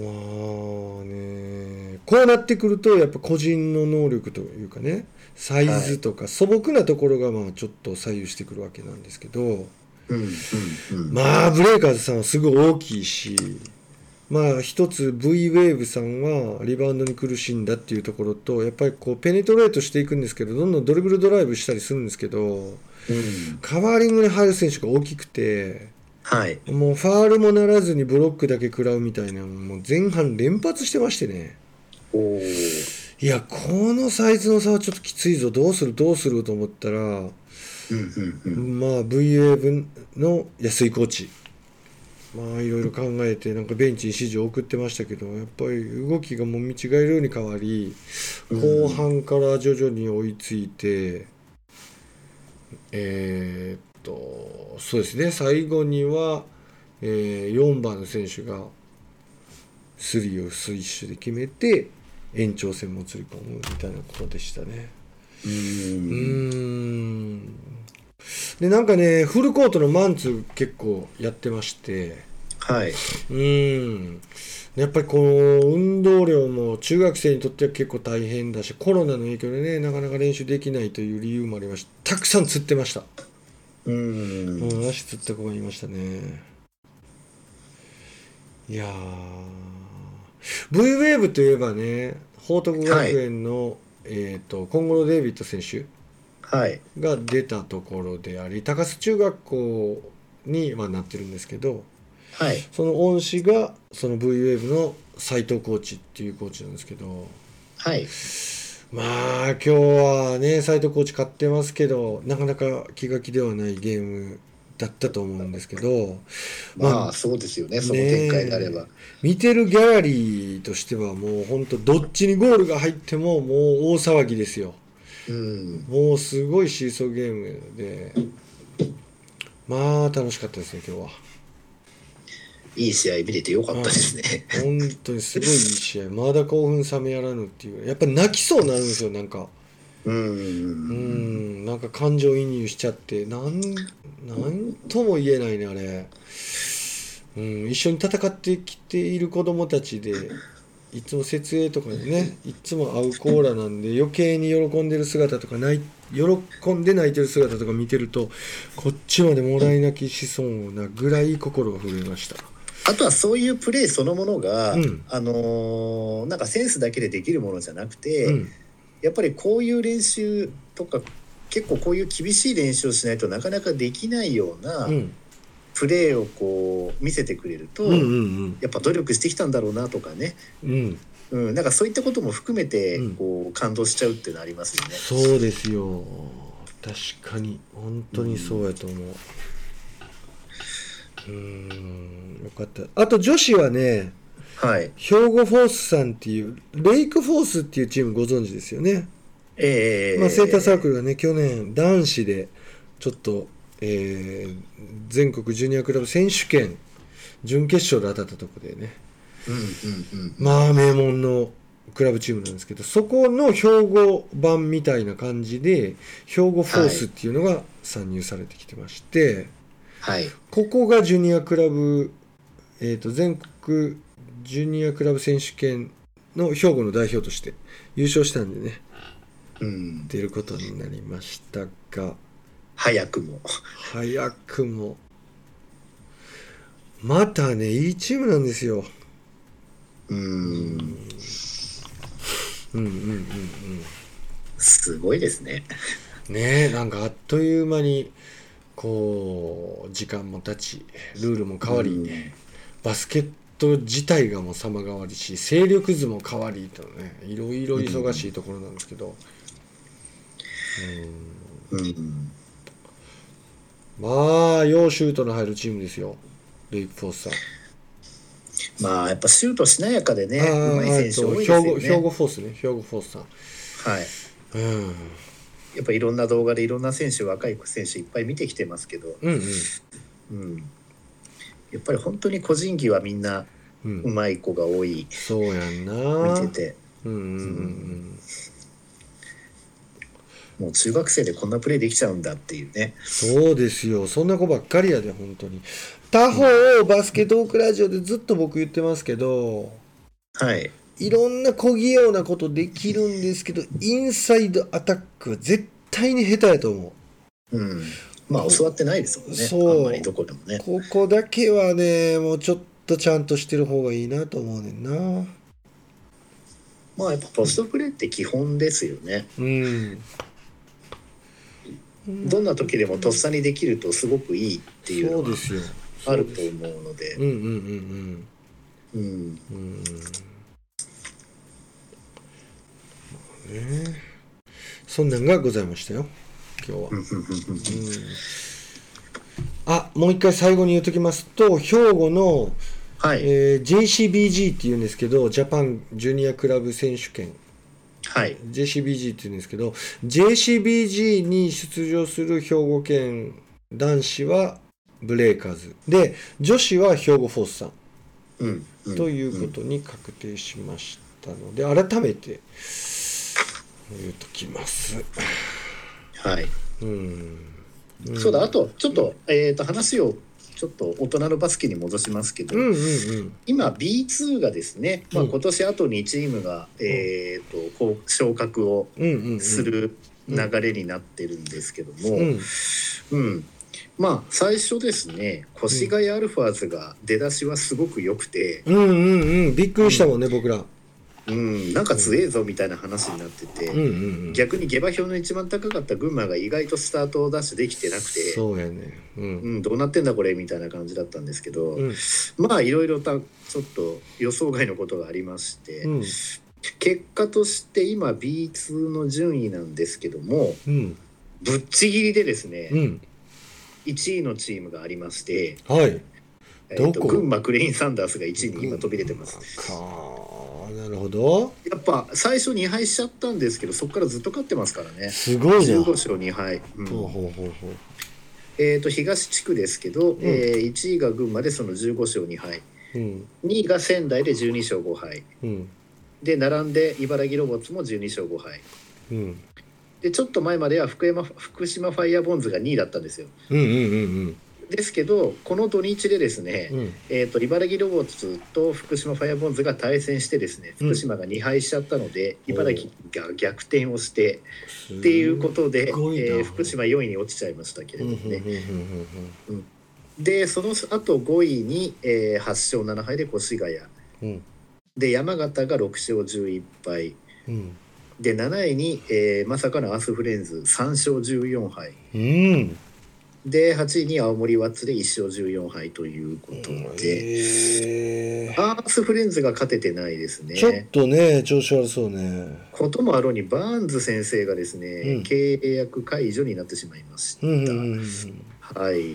ねこうなってくるとやっぱ個人の能力というかねサイズとか素朴なところがまあちょっと左右してくるわけなんですけど
うんうんうん。
まあブレイカーズさんはすごい大きいしまあ一つ V ウェーブさんはリバウンドに苦しんだっていうところとやっぱりこうペネトレートしていくんですけどどんどんドリブルドライブしたりするんですけど
うん。
カバーリングに入る選手が大きくて
はい。
もうファールもならずにブロックだけ食らうみたいなもう前半連発してましてね
おお。う
いやこのサイズの差はちょっときついぞどうするどうすると思ったらま
んうんう
あ
ん。
VA 分の安井コーチまあいろいろ考えてなんかベンチに指示を送ってましたけどやっぱり動きがもう見違えるように変わり
うん
後半から徐々に追いついてえーっとそうですね最後には、えー4番の選手がスリーをスイッシュで決めて延長戦もつり込むみたいなことでしたね。
う
うー
ん。
んでなんかねフルコートのマンツー結構やってまして。
はい。
うんやっぱりこう運動量も中学生にとっては結構大変だしコロナの影響でねなかなか練習できないという理由もありましたたくさん釣ってました、う
う。
んん、足釣った子がいましたねいやー V ウェーブといえばね報徳学園の、えー、と今後のデイビッド選手
はい。
が出たところであり高須中学校にはなってるんですけど
はい。
その恩師がその V ウェーブの斎藤コーチっていうコーチなんですけど
はい。
まあ今日はね斎藤コーチ勝ってますけどなかなか気が気ではないゲームだったと思うんですけど
まあ、そうですよね。その展開であれば
ね。見てるギャラリーとしてはもう本当どっちにゴールが入ってももう大騒ぎですよ。
うん。
もうすごいシーソーゲームでまあ楽しかったですね今日は。
いい試合見れてよかったですね。
本当にすごいいい試合まだ興奮冷めやらぬっていうやっぱ泣きそうになるんですよなんか
う。
うんんなんか感情移入しちゃってなんなんとも言えないねあれ、うん、一緒に戦ってきている子供たちでいつも設営とかにねいつも会うコーラなんで余計に喜んでる姿とかない喜んで泣いてる姿とか見てるとこっちまでもらい泣きしそうなぐらい心が震えました
あとはそういうプレーそのものが、
うん
あのーなんかセンスだけでできるものじゃなくて、
うん
やっぱりこういう練習とか結構こういう厳しい練習をしないとなかなかできないような
うん
プレーをこう見せてくれると、
うんうん
やっぱ努力してきたんだろうなとかね、
うんうん
うん、なんかそういったことも含めて
うん
こう感動しちゃうっていうのありますよね。
そうですよ確かに本当にそうやと思ううーんよかったあと女子はね
はい、
兵庫フォースさんっていうレイクフォースっていうチームご存知ですよね、
えー
まあ、セーターサークルがね去年男子でちょっと、えー全国ジュニアクラブ選手権準決勝で当たったとこでね
うんうんうん
まあ名門のクラブチームなんですけどそこの兵庫版みたいな感じで兵庫フォースっていうのが参入されてきてまして、
はい
ここがジュニアクラブ、えー、と全国ジュニアクラブ選手権の兵庫の代表として優勝したんでね
うん、
出ることになりましたが
早くも
早くもまたねいいチームなんですよ
うん
うんうんうん
すごいですね。
うんねえなんかあっという間にこう時間も経ちルールも変わり、
うん
バスケット自体がもう様変わりし勢力図も変わりとねいろいろ忙しいところなんですけど、
うん
うんまあ要シュートの入るチームですよレイプ・フォースさん、
まあやっぱシュートしなやかでね、
あ
う
ー
まい選
えっ
手
と
多いです
兵庫
よ
兵
ね。
庫フォースね兵庫フォースさん
はい。
うん
やっぱいろんな動画でいろんな選手、若い選手いっぱい見てきてますけど、
うん
うん、やっぱり本当に個人技はみんな
うんう
うんまい子が多い、
そうやんな
見てて、
うんうんうん
もう中学生でこんなプレーできちゃうんだっていうね。
そうですよそんな子ばっかりやで本当に他方バスケトークラジオでずっと僕言ってますけど
はい。
いろんな小器用なことできるんですけど、インサイドアタックは絶対に下手やと思
うん、まあ教わってないですもんね、
そう
あんまりどこでもね
う。。ここだけはね、もうちょっとちゃんとしてる方がいいなと思うねんな。
まあやっぱポストプレーって基本ですよね。
うん。
どんな時でもとっさにできるとすごくいいっていう
そ
の
う
が
ですよ。
あると思うので
う、んうんうん
うん、
うん。うん。まあね。そんなんがございましたよ、今日は。あ、もう一回最後に言っときますと、兵庫の
はい、
えー JCBG っていうんですけどジャパンジュニアクラブ選手権
はい、
JCBG っていうんですけど JCBG に出場する兵庫県男子はブレイカーズで女子は兵庫フォースさん
うん、うん
ということに確定しましたので改めて言っときます
はい、
うん
そうだ。あとちょっとえっ、と話をちょっと大人のバスケに戻しますけど、
うんうんうん
今 B2 がですね、まあ
うん
今年あと2チームが、えっ、とこう昇格を
うんうんうん
する流れになってるんですけども、
うん
うん、まあ最初ですね越谷アルファーズが出だしはすごく良くて、
うんうんうんびっくりしたもんね僕らうん
うん、なんか強えぞみたいな話になってて、
うんうん
逆に下馬評の一番高かった群馬が意外とスタートを出してできてなくて。
そうやねうん
うん、どうなってんだこれみたいな感じだったんですけど、
うん
まあいろいろたちょっと予想外のことがありまして、
うん
結果として今 B2 の順位なんですけども
うん
ぶっちぎりでですね、
うん
1位のチームがありまして、
はい
えー、
ど
と
こ
群馬クレインサンダースが1位に今飛び出てます。
かあなるほど
やっぱ最初2敗しちゃったんですけどそこからずっと勝ってますからね
すごいじゃん
15
ほ
勝2敗、うん
うほうほうほう
えー、と東地区ですけど、えー、1位が群馬でその15勝2敗
うん
2位が仙台で12勝5敗
うん
で並んで茨城ロボッツも12勝5敗
うん
でちょっと前までは福山福島ファイアボンズが2位だったんですよ
うんうんうん
ですけどこの土日でですね、
うん
えー、と茨城ロボッツと福島ファイアボンズが対戦してですね
うん
福島が2敗しちゃったので、
おう
茨城が逆転をして
っ
っていうことで、え
すごいな
ー福島4位に落ちちゃいましたけれ
う
ど
んう
も
んうんうん
ね、
うん
でその後5位に、えー8勝7敗で越谷
うん
で山形が6勝11敗
うん
で7位に、えーまさかのアースフレンズ3勝14敗
うん
で8位に青森ワッツで1勝14敗ということで、
えー
アースフレンズが勝ててないですね。
ちょっとね調子悪そうね
こともあろうにバーンズ先生がですね、
うん
契約解除になってしまいました、
うんうんうんうん
はい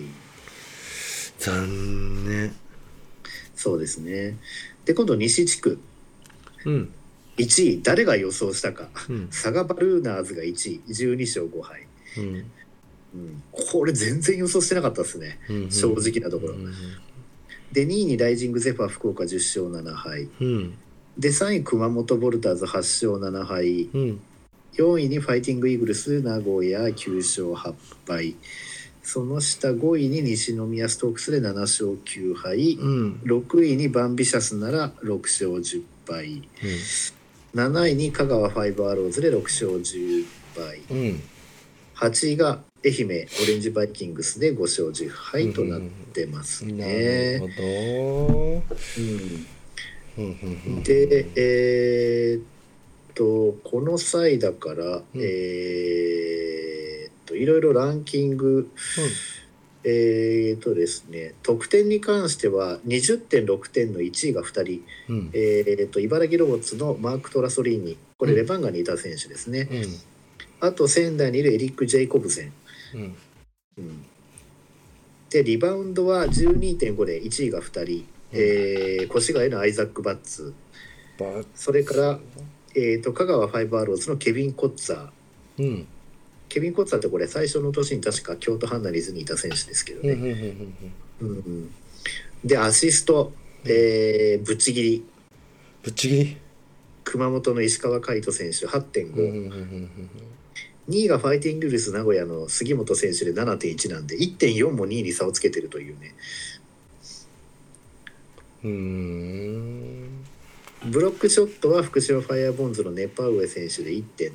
残念
そうですねで今度西地区
うん
1位誰が予想したか
うん
佐賀バルーナーズが1位12勝5敗、
うん
うん、これ全然予想してなかったですね
うん
正直なところ
うん
で2位にライジングゼファー福岡10勝7敗
うん
で3位熊本ボルターズ8勝7敗
うん
4位にファイティングイーグルス名古屋9勝8敗その下5位に西宮ストークスで7勝9敗、
うん
6位にバンビシャスなら6勝10敗7位に香川ファイブアローズで6勝10敗
うん
8位が愛媛オレンジバイキングスで5勝10敗となってます
な
ね。
るほど。
うん
うんうんうん
で、えーっと、この際だから、
うん
えーっと、いろいろランキング、えーっとですね、得点に関しては20.6点の1位が2人、
うんうん
えーっと、茨城ロボッツのマーク・トラソリーニ、
う
これ、
ん
レバンガにいた選手ですね。
うん
あと、仙台にいるエリック・ジェイコブセン。
うん
うんで、リバウンドは12.5で1位が2人、えー、越谷のアイザック・バッツ、
バッ
それから、えー、と香川ファイブアローズのケビン・コッツァー
うんうん
ケビン・コッツァーってこれ最初の年に確か京都ハンナリーズにいた選手ですけど
うんうん
ね、
うんうん
うんうんでアシスト、えーぶっちぎり
ぶっちぎり
熊本の石川海人選手8.5、
うんうんうんうん
2位がファイティングルース名古屋の杉本選手で7.1なんで1.4も2位に差をつけてるというね
うーん
ブロックショットは福島ファイアーボンズのネパウエ選手で1.7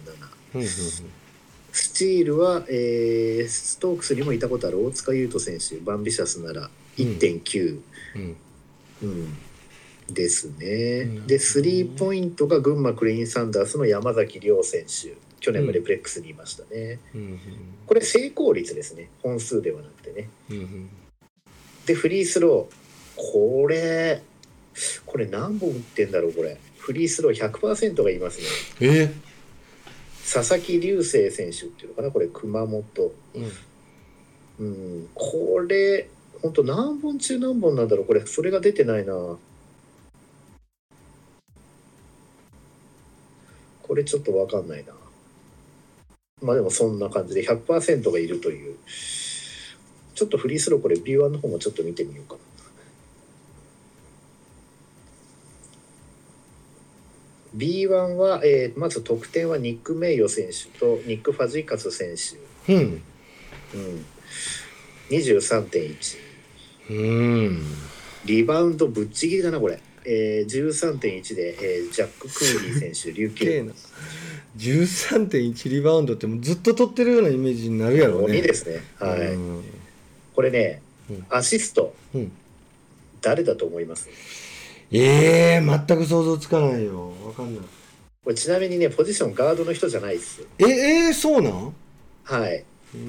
うんうん
スチールは、えーストークスにもいたことある大塚優斗選手バンビシャスなら1.9、
うん
うんですね。
うん
で、スリーポイントが群馬クレインサンダースの山崎亮選手、去年もレプレックスにいましたね。
うん
これ、成功率ですね、本数ではなくてね。
うんうん
で、フリースロー、これ、これ何本打ってんだろう、これ。フリースロー100%がいますね。
え
佐々木隆星選手っていうのかな、これ、熊本。
うん
うん、これ、本当何本中何本なんだろう、これ、それが出てないな。これちょっと分かんないな。まあでもそんな感じで100%がいるという。ちょっとフリースロー、これ、B1 の方もちょっと見てみようかな。B1 は、えーまず得点はニック・メイヨ選手とニック・ファジーカス選手。
うん
うん、23.1
うん
リバウンドぶっちぎりだなこれ、えー、13.1で、えージャック・クーリー選手琉
けえ
球
な13.1リバウンドってもうずっと取ってるようなイメージになるやろう
鬼
ね
ですね、はい
うん
これね
うん
アシスト
うん
誰だと思います
ええ全く想像つかないよわかんない
これちなみにねポジションガードの人じゃないです
ええー、そうなん
はい
へえ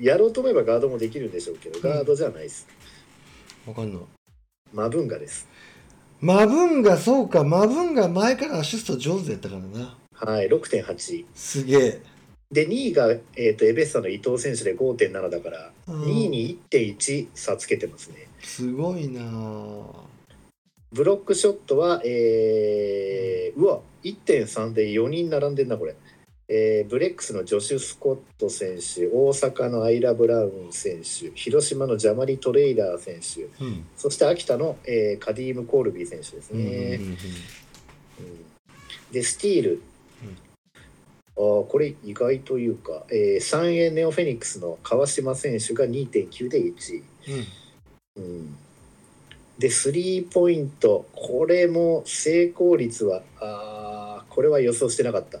やろうと思えばガードもできるんでしょうけどガードじゃないです、
わかんない
マブンガです
マブンガそうかマブンガ前からアシスト上手やったからな
はい6.8
すげえ
で2位が、えー、とエベッサの伊藤選手で5.7だから
うん
2位に1.1差つけてますね
すごいなあ
ブロックショットは、えー、うわ、1.3で4人並んでんな、これ。えーブレックスのジョシュ・スコット選手、大阪のアイラ・ブラウン選手、広島のジャマリ・トレイラー選手、
うん
そして秋田の、えーカディーム・コールビー選手です
うんうんうん
ね。うんで、スティール、あーこれ意外というか、えー、三栄ネオフェニックスの川島選手が2.9で1位。
うん
うんで、スリーポイント、これも成功率は、あーこれは予想してなかった。
う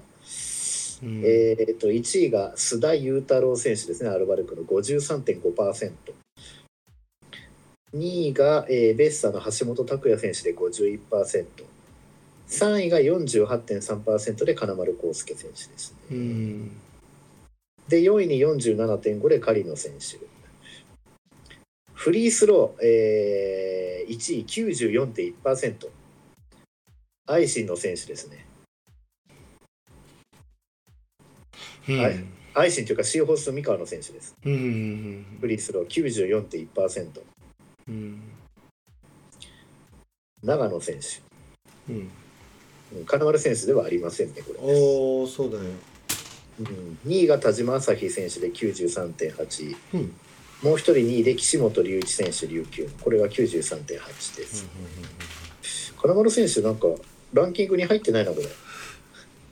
ん
えーっと、1位が須田雄太郎選手ですね、アルバルクの53.5%。2位が、えーベッサの橋本拓也選手で51%。3位が48.3%で金丸康介選手です
う
ね。
ん
で、4位に47.5で狩野選手。フリースロー、えー、1位94.1%。アイシンの選手ですね。
うん
はいアイシンというかシーホース三河の選手です。
うんうん
フリースロー94.1%。
うんうん
長野選手。
うん
うん金丸選手ではありませんね、これ。
おおそうだよ
うん、2位が田島朝日選手で93.8。
うんうん
もう1人2位で岸本隆一選手、琉球。これが93.8です。金丸選手、なんかランキングに入ってないな、これ。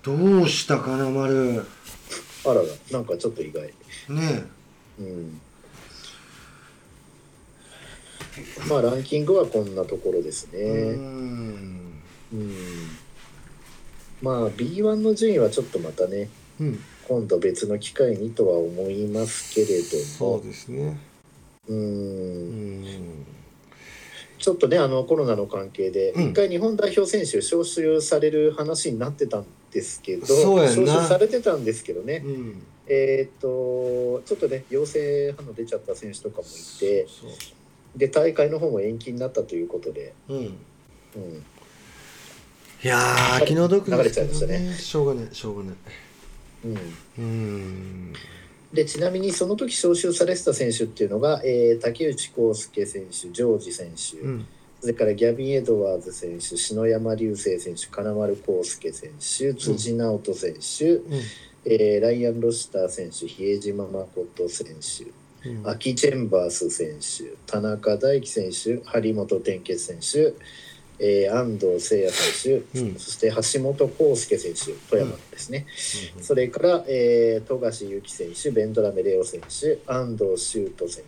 どうしたかな丸
あらら、なんかちょっと意外。
ね
うん。まあ、ランキングはこんなところです
えう
ね。
ん
うん。まあ、B1 の順位はちょっとまたね、
うん、
今度別の機会にとは思いますけれど
そう
も
ですね。
う
うんん、
ちょっとねあのコロナの関係で
うん
一回日本代表選手招集される話になってたんですけど
そうやんな
招集されてたんですけどね
うん、
えーっとちょっとね陽性反応出ちゃった選手とかもいて
そ
で大会の方も延期になったということで、
う、うん、
うん、
いやー、気の毒ですけど
流れちゃいま
ね。しょうがない、しょうがない。
うん、
うん、
でちなみにその時招集されてた選手っていうのが、えー竹内康介選手、ジョージ選手、
うん、
それからギャビン・エドワーズ選手、篠山流星選手、金丸康介選手、辻直人選手、
うん、
えーライアン・ロシター選手、比江島誠選手、
うん、
秋チェンバース選手、田中大輝選手、張本天傑選手、えー安藤誠也選手、
うん
そして橋本康介選手、富山ですね。それから、えー富樫勇樹選手、ベンドラメレオ選手、安藤修斗選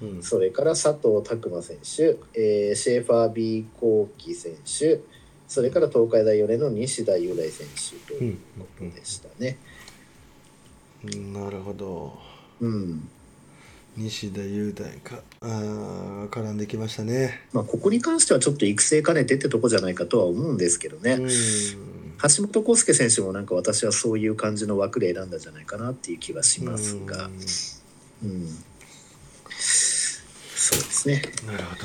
手、
うん、
それから佐藤拓磨選手、えーシェーファー・ビー・コーキ選手、それから東海大4年の西田雄大選手と
う、
いうんことでしたね。
うん、なるほど。
うん
西田雄大か、あー絡んできましたね。
まあ、ここに関してはちょっと育成兼ねてってとこじゃないかとは思うんですけどね、
うん、
橋本康介選手もなんか私はそういう感じの枠で選んだんじゃないかなっていう気はしますが、うんそうですね
うんなるほど。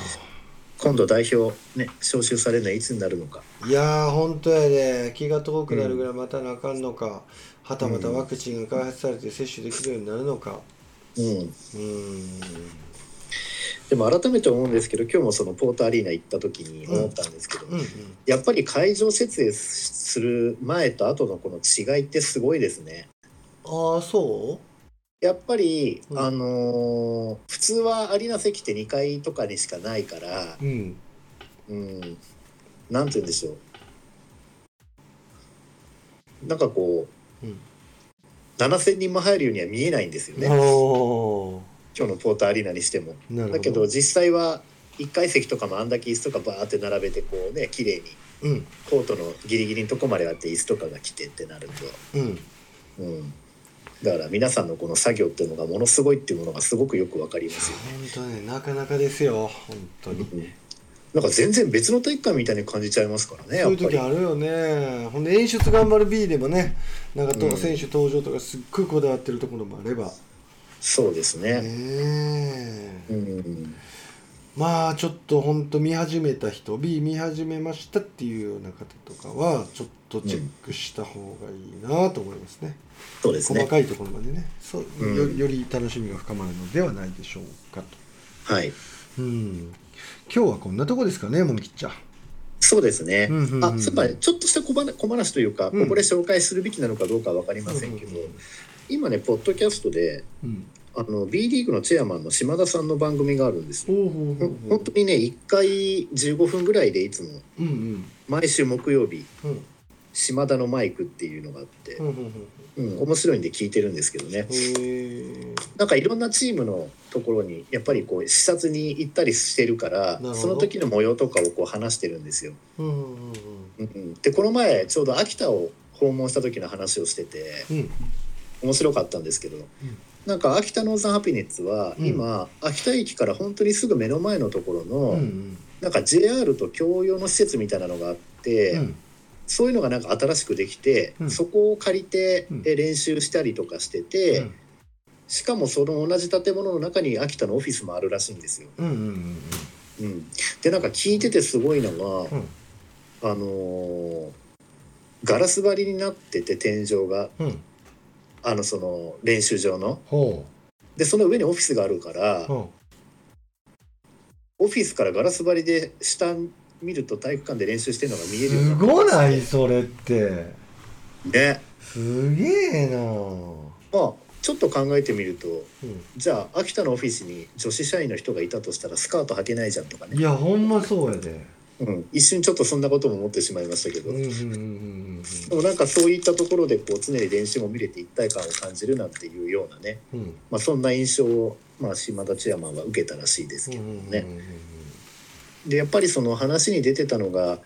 今度代表、ね、招集されるのはいつになるのか。
いやー本当やで気が遠くなるぐらいまたなあかんのか、はたまたワクチンが開発されて接種できるようになるのか
うん、
うーん
でも改めて思うんですけど今日もそのポートアリーナ行った時に思ったんですけど、
うんうん
やっぱり会場設営する前と後のこの違いってすごいですね。
ああそ
やっぱり、
うん
あのー普通はアリーナ席って2階とかにしかないから
う、うん
うん、なんて言うんでしょう。なんかこ
うん
う、7000人も入るようには見えないんですよね。
おー
今日のポートアリーナにしても。
なるほど
だけど、実際は1階席とかもあんだけ椅子とかバーって並べて、こうね、綺麗に、
うん
コートのギリギリのとこまであって椅子とかが来てってなる
うん
と。うん。だから皆さんのこの作業っていうのがものすごいっていうものがすごくよくわかりますよね。
本当ねなかなかですよ本当に
なんか全然別の体育館みたいに感じちゃいますからね、や
そうい
っ
う
ぱ
時
り。
あるよねほんで演出頑張る B でもねなんかと、
うん
選手登場とかすっごいこだわってるところもあればね
そうですね。
え
うん。
まあちょっとほんと見始めた人 B 見始めましたっていうような方とかはちょっとチェックした方がいいなと思いますね、
そうです
細
ね。
かいところまでねそう
うん
よより楽しみが深まるのではないでしょうか
はい。
とうん今日はこんなとこですかねもみきっちゃん
そうですね。
うんうんうん
あ、そういえばねちょっとした小話小話というか、こ
うん
こで紹介するべきなのかどうかは分かりませんけど、今ね、ポッドキャストで、
うん
あの B リーグのチェアマンの島田さんの番組があるんですよ。
おおほうほうほう
本当にね、1回15分ぐらいでいつも、
うんうん
毎週木曜日、
うんうん
島田のマイクっていうのがあって
う、んうん
うん、面白いんで聞いてるんですけどね。
へえ
なんかいろんなチームのところにやっぱりこう視察に行ったりしてるから
るほど
その時の模様とかをこう話してるんですよ。
うんうんうん
うん、でこの前ちょうど秋田を訪問した時の話をしてて
うん
面白かったんですけど、なんか秋田ノーザンハピネッツは
うん
今、秋田駅から本当にすぐ目の前のところの、
うんうん
なんか JR と共用の施設みたいなのがあって、
うん
そういうのがなんか新しくできて、
うん
そこを借りて、
うん
え練習したりとかしてて。しかもその同じ建物の中に秋田のオフィスもあるらしいんですよ。
うんうんうん
うん、でなんか聞いててすごいのが、
うん
あのーガラス張りになってて天井が
うん
あのその練習場の
ほ
でその上にオフィスがあるから、
うほ
オフィスからガラス張りで下見ると体育館で練習してるのが見
う
える
す
ように
ご
な
な
っ
い
て
それって
ね
すげえな
まあちょっと考えてみると
う
じゃあ秋田のオフィスに女子社員の人がいたとしたらスカート履けないじゃんとか
ん、い
ね、
やほんまそうやで
うん、一瞬ちょっとそんなことも思ってしまいましたけど。
うんうんうんうん
でもなんかそういったところでこう常に練習も見れて一体感を感じるなんていうようなね、
うんうん
まあ、そんな印象を、まあ、島田チェアマンは受けたらしいですけどね。でやっぱりその話に出てたのが、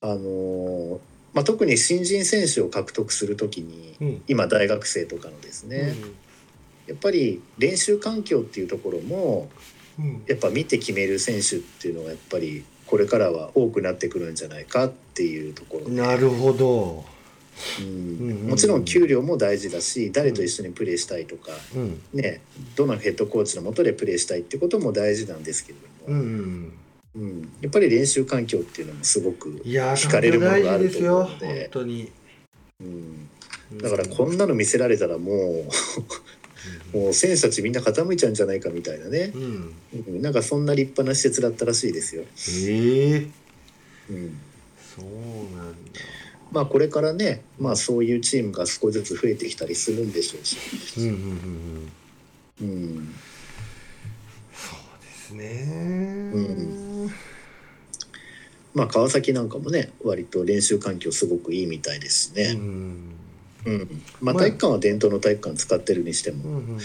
あのーまあ、特に新人選手を獲得するときに
うん
今大学生とかのですね、やっぱり練習環境っていうところも
うんうん
やっぱ見て決める選手っていうのがやっぱりこれからは多くなってくるんじゃないかっていうところで
なるほど、
うん
うんうん
もちろん給料も大事だし誰と一緒にプレーしたいとか、
うん
ね、どのヘッドコーチのもとでプレーしたいってことも大事なんですけれど
うん
も、
うん、
うんやっぱり練習環境っていうのもすごく、
いやー
惹かれるものがある
そ
と
れは
思
大
う
事
の
ですよ本
で
当に、
うん、
うん
だからこんなの見せられたらもうもう選手たちみんな傾いちゃうんじゃないかみたいなね
う、ん
うん、なんかそんな立派な施設だったらしいですよ。
ええ
うん
そうなんだ
まあ、これからね、まあ、そういうチームが少しずつ増えてきたりするんでしょうし、
うんうんうんうん
うん、
そうですね
うまあ川崎なんかもね割と練習環境すごくいいみたいですし
う
ね、
ん
うん
ま
まあ、
あ
体育館は伝統の体育館使ってるにして
う
も
んうん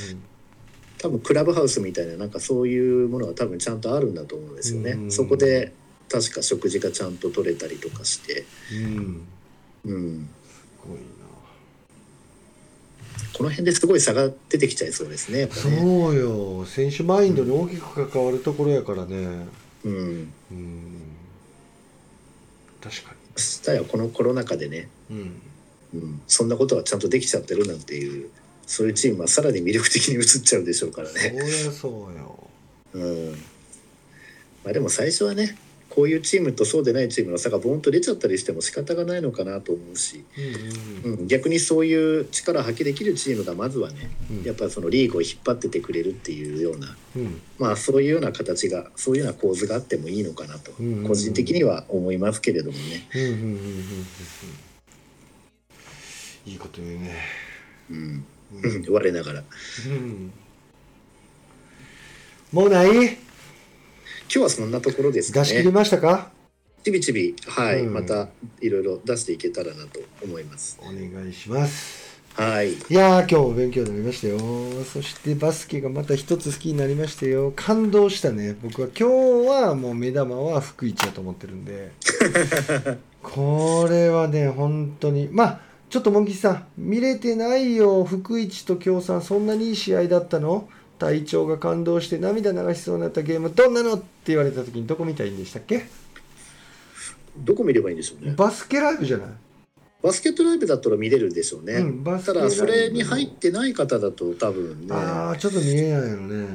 多分クラブハウスみたいななんかそういうものが多分ちゃんとあるんだと思うんですよね、
うん
そこで確か食事がちゃんと取れたりとかして、
うん
うん、
すごい
この辺ですごい差が出てきちゃいそうですねやっぱ
な
ね。
そうよ選手マインドに大きく関わるところやからね
うん
うん確か
したやこのコロナ禍でね
にうん
うん、そんなことはちゃんとできちゃってるなんていうそういうチームはさらに魅力的に映っちゃうでしょうから
そ
ね、
りゃそうよ
うんまあ、でも最初はねこういうチームとそうでないチームの差がボンと出ちゃったりしても仕方がないのかなと思うし、
うんう
うんん、逆にそういう力を発揮できるチームがまずはね
うん
やっぱそのリーグを引っ張っててくれるっていうような、
うん
まあ、そういうような形がそういうような構図があってもいいのかなと
うんうんうん
個人的には思いますけれどもね。
うんうんうんうんうんうんいいこと言うね
うん
うん
うん、我ながら
うんもうない
今日はそんなところですか
出
ね。
し切りましたか
ちびちび、はい、
うん
またいろいろ出していけたらなと思います。
お願いします
はい、
いやー今日も勉強になりましたよそしてバスケがまた一つ好きになりましたよ感動したね僕は今日はもう目玉は福一だと思ってるんでこれはね本当にまあちょっとモンキーさん見れてないよ福一と京さんそんなにいい試合だったの隊長が感動して涙流しそうになったゲームどんなのって言われた時にどこ見たいんでしたっけ
どこ見ればいいんでしょうね。
バスケライブじゃない
バスケットライブだったら見れるんでしょうね。
うんバスケ
た
ライブ
だ、それに入ってない方だと多分ね、
ああちょっと見えないよね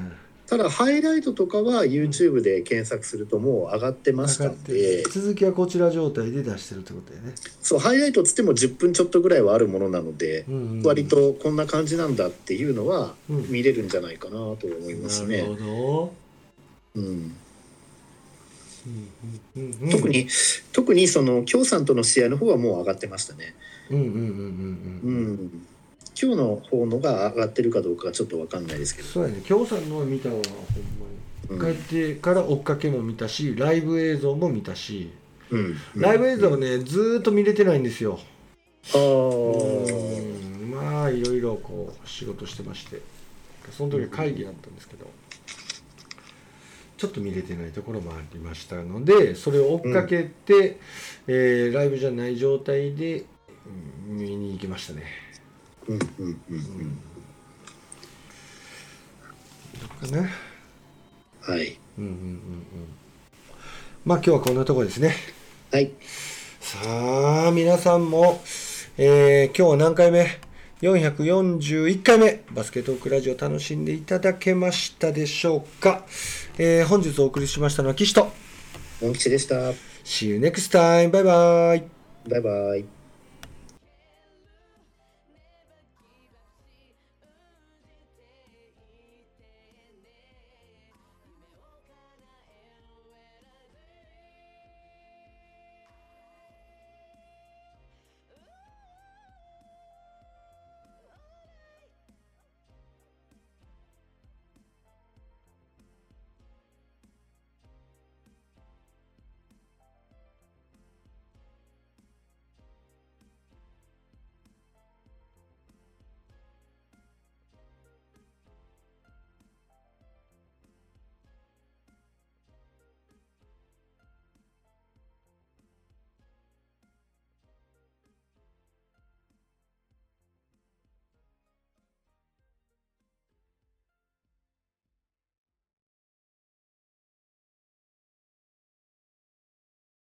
ただ、ハイライトとかは YouTube で検索するともう上がってましたん
て
で
る、続きはこちら状態で出してるってことだよね、
そう、ハイライトっつっても10分ちょっとぐらいはあるものなので、
うんうん
割とこんな感じなんだっていうのは
うん
見れるんじゃないかなと思います
な
ね
る。ほ
うん
ど、うんうんうん、
特に、特にその、京さんとの試合の方はもう上がってましたね。
うんうんうん
う
うんうん
ん、今日の方のが上がってるかどうかはちょっとわかんないですけ
そうやね京さんのは見たわほん
ど、うん
まに帰ってから追っかけも見たしライブ映像も見たし
うん
ライブ映像
あ
はね、ずーっと見れてないんですよ
あー
うんまあいろいろこう仕事してましてその時は会議だったんですけど、ちょっと見れてないところもありましたのでそれを追っかけて、えーライブじゃない状態でうん見に行きましたね、
うんうんうんう
うん
ん、
どうかな
はい
うんうんうんうんまあ今日はこんなところですね
はい
さあ皆さんも、えー今日は何回目441回目バスケットオークラジオ楽しんでいただけましたでしょうか、えー本日お送りしましたのは岸と
モン吉でした
See you next time! バイバイ
バイバイ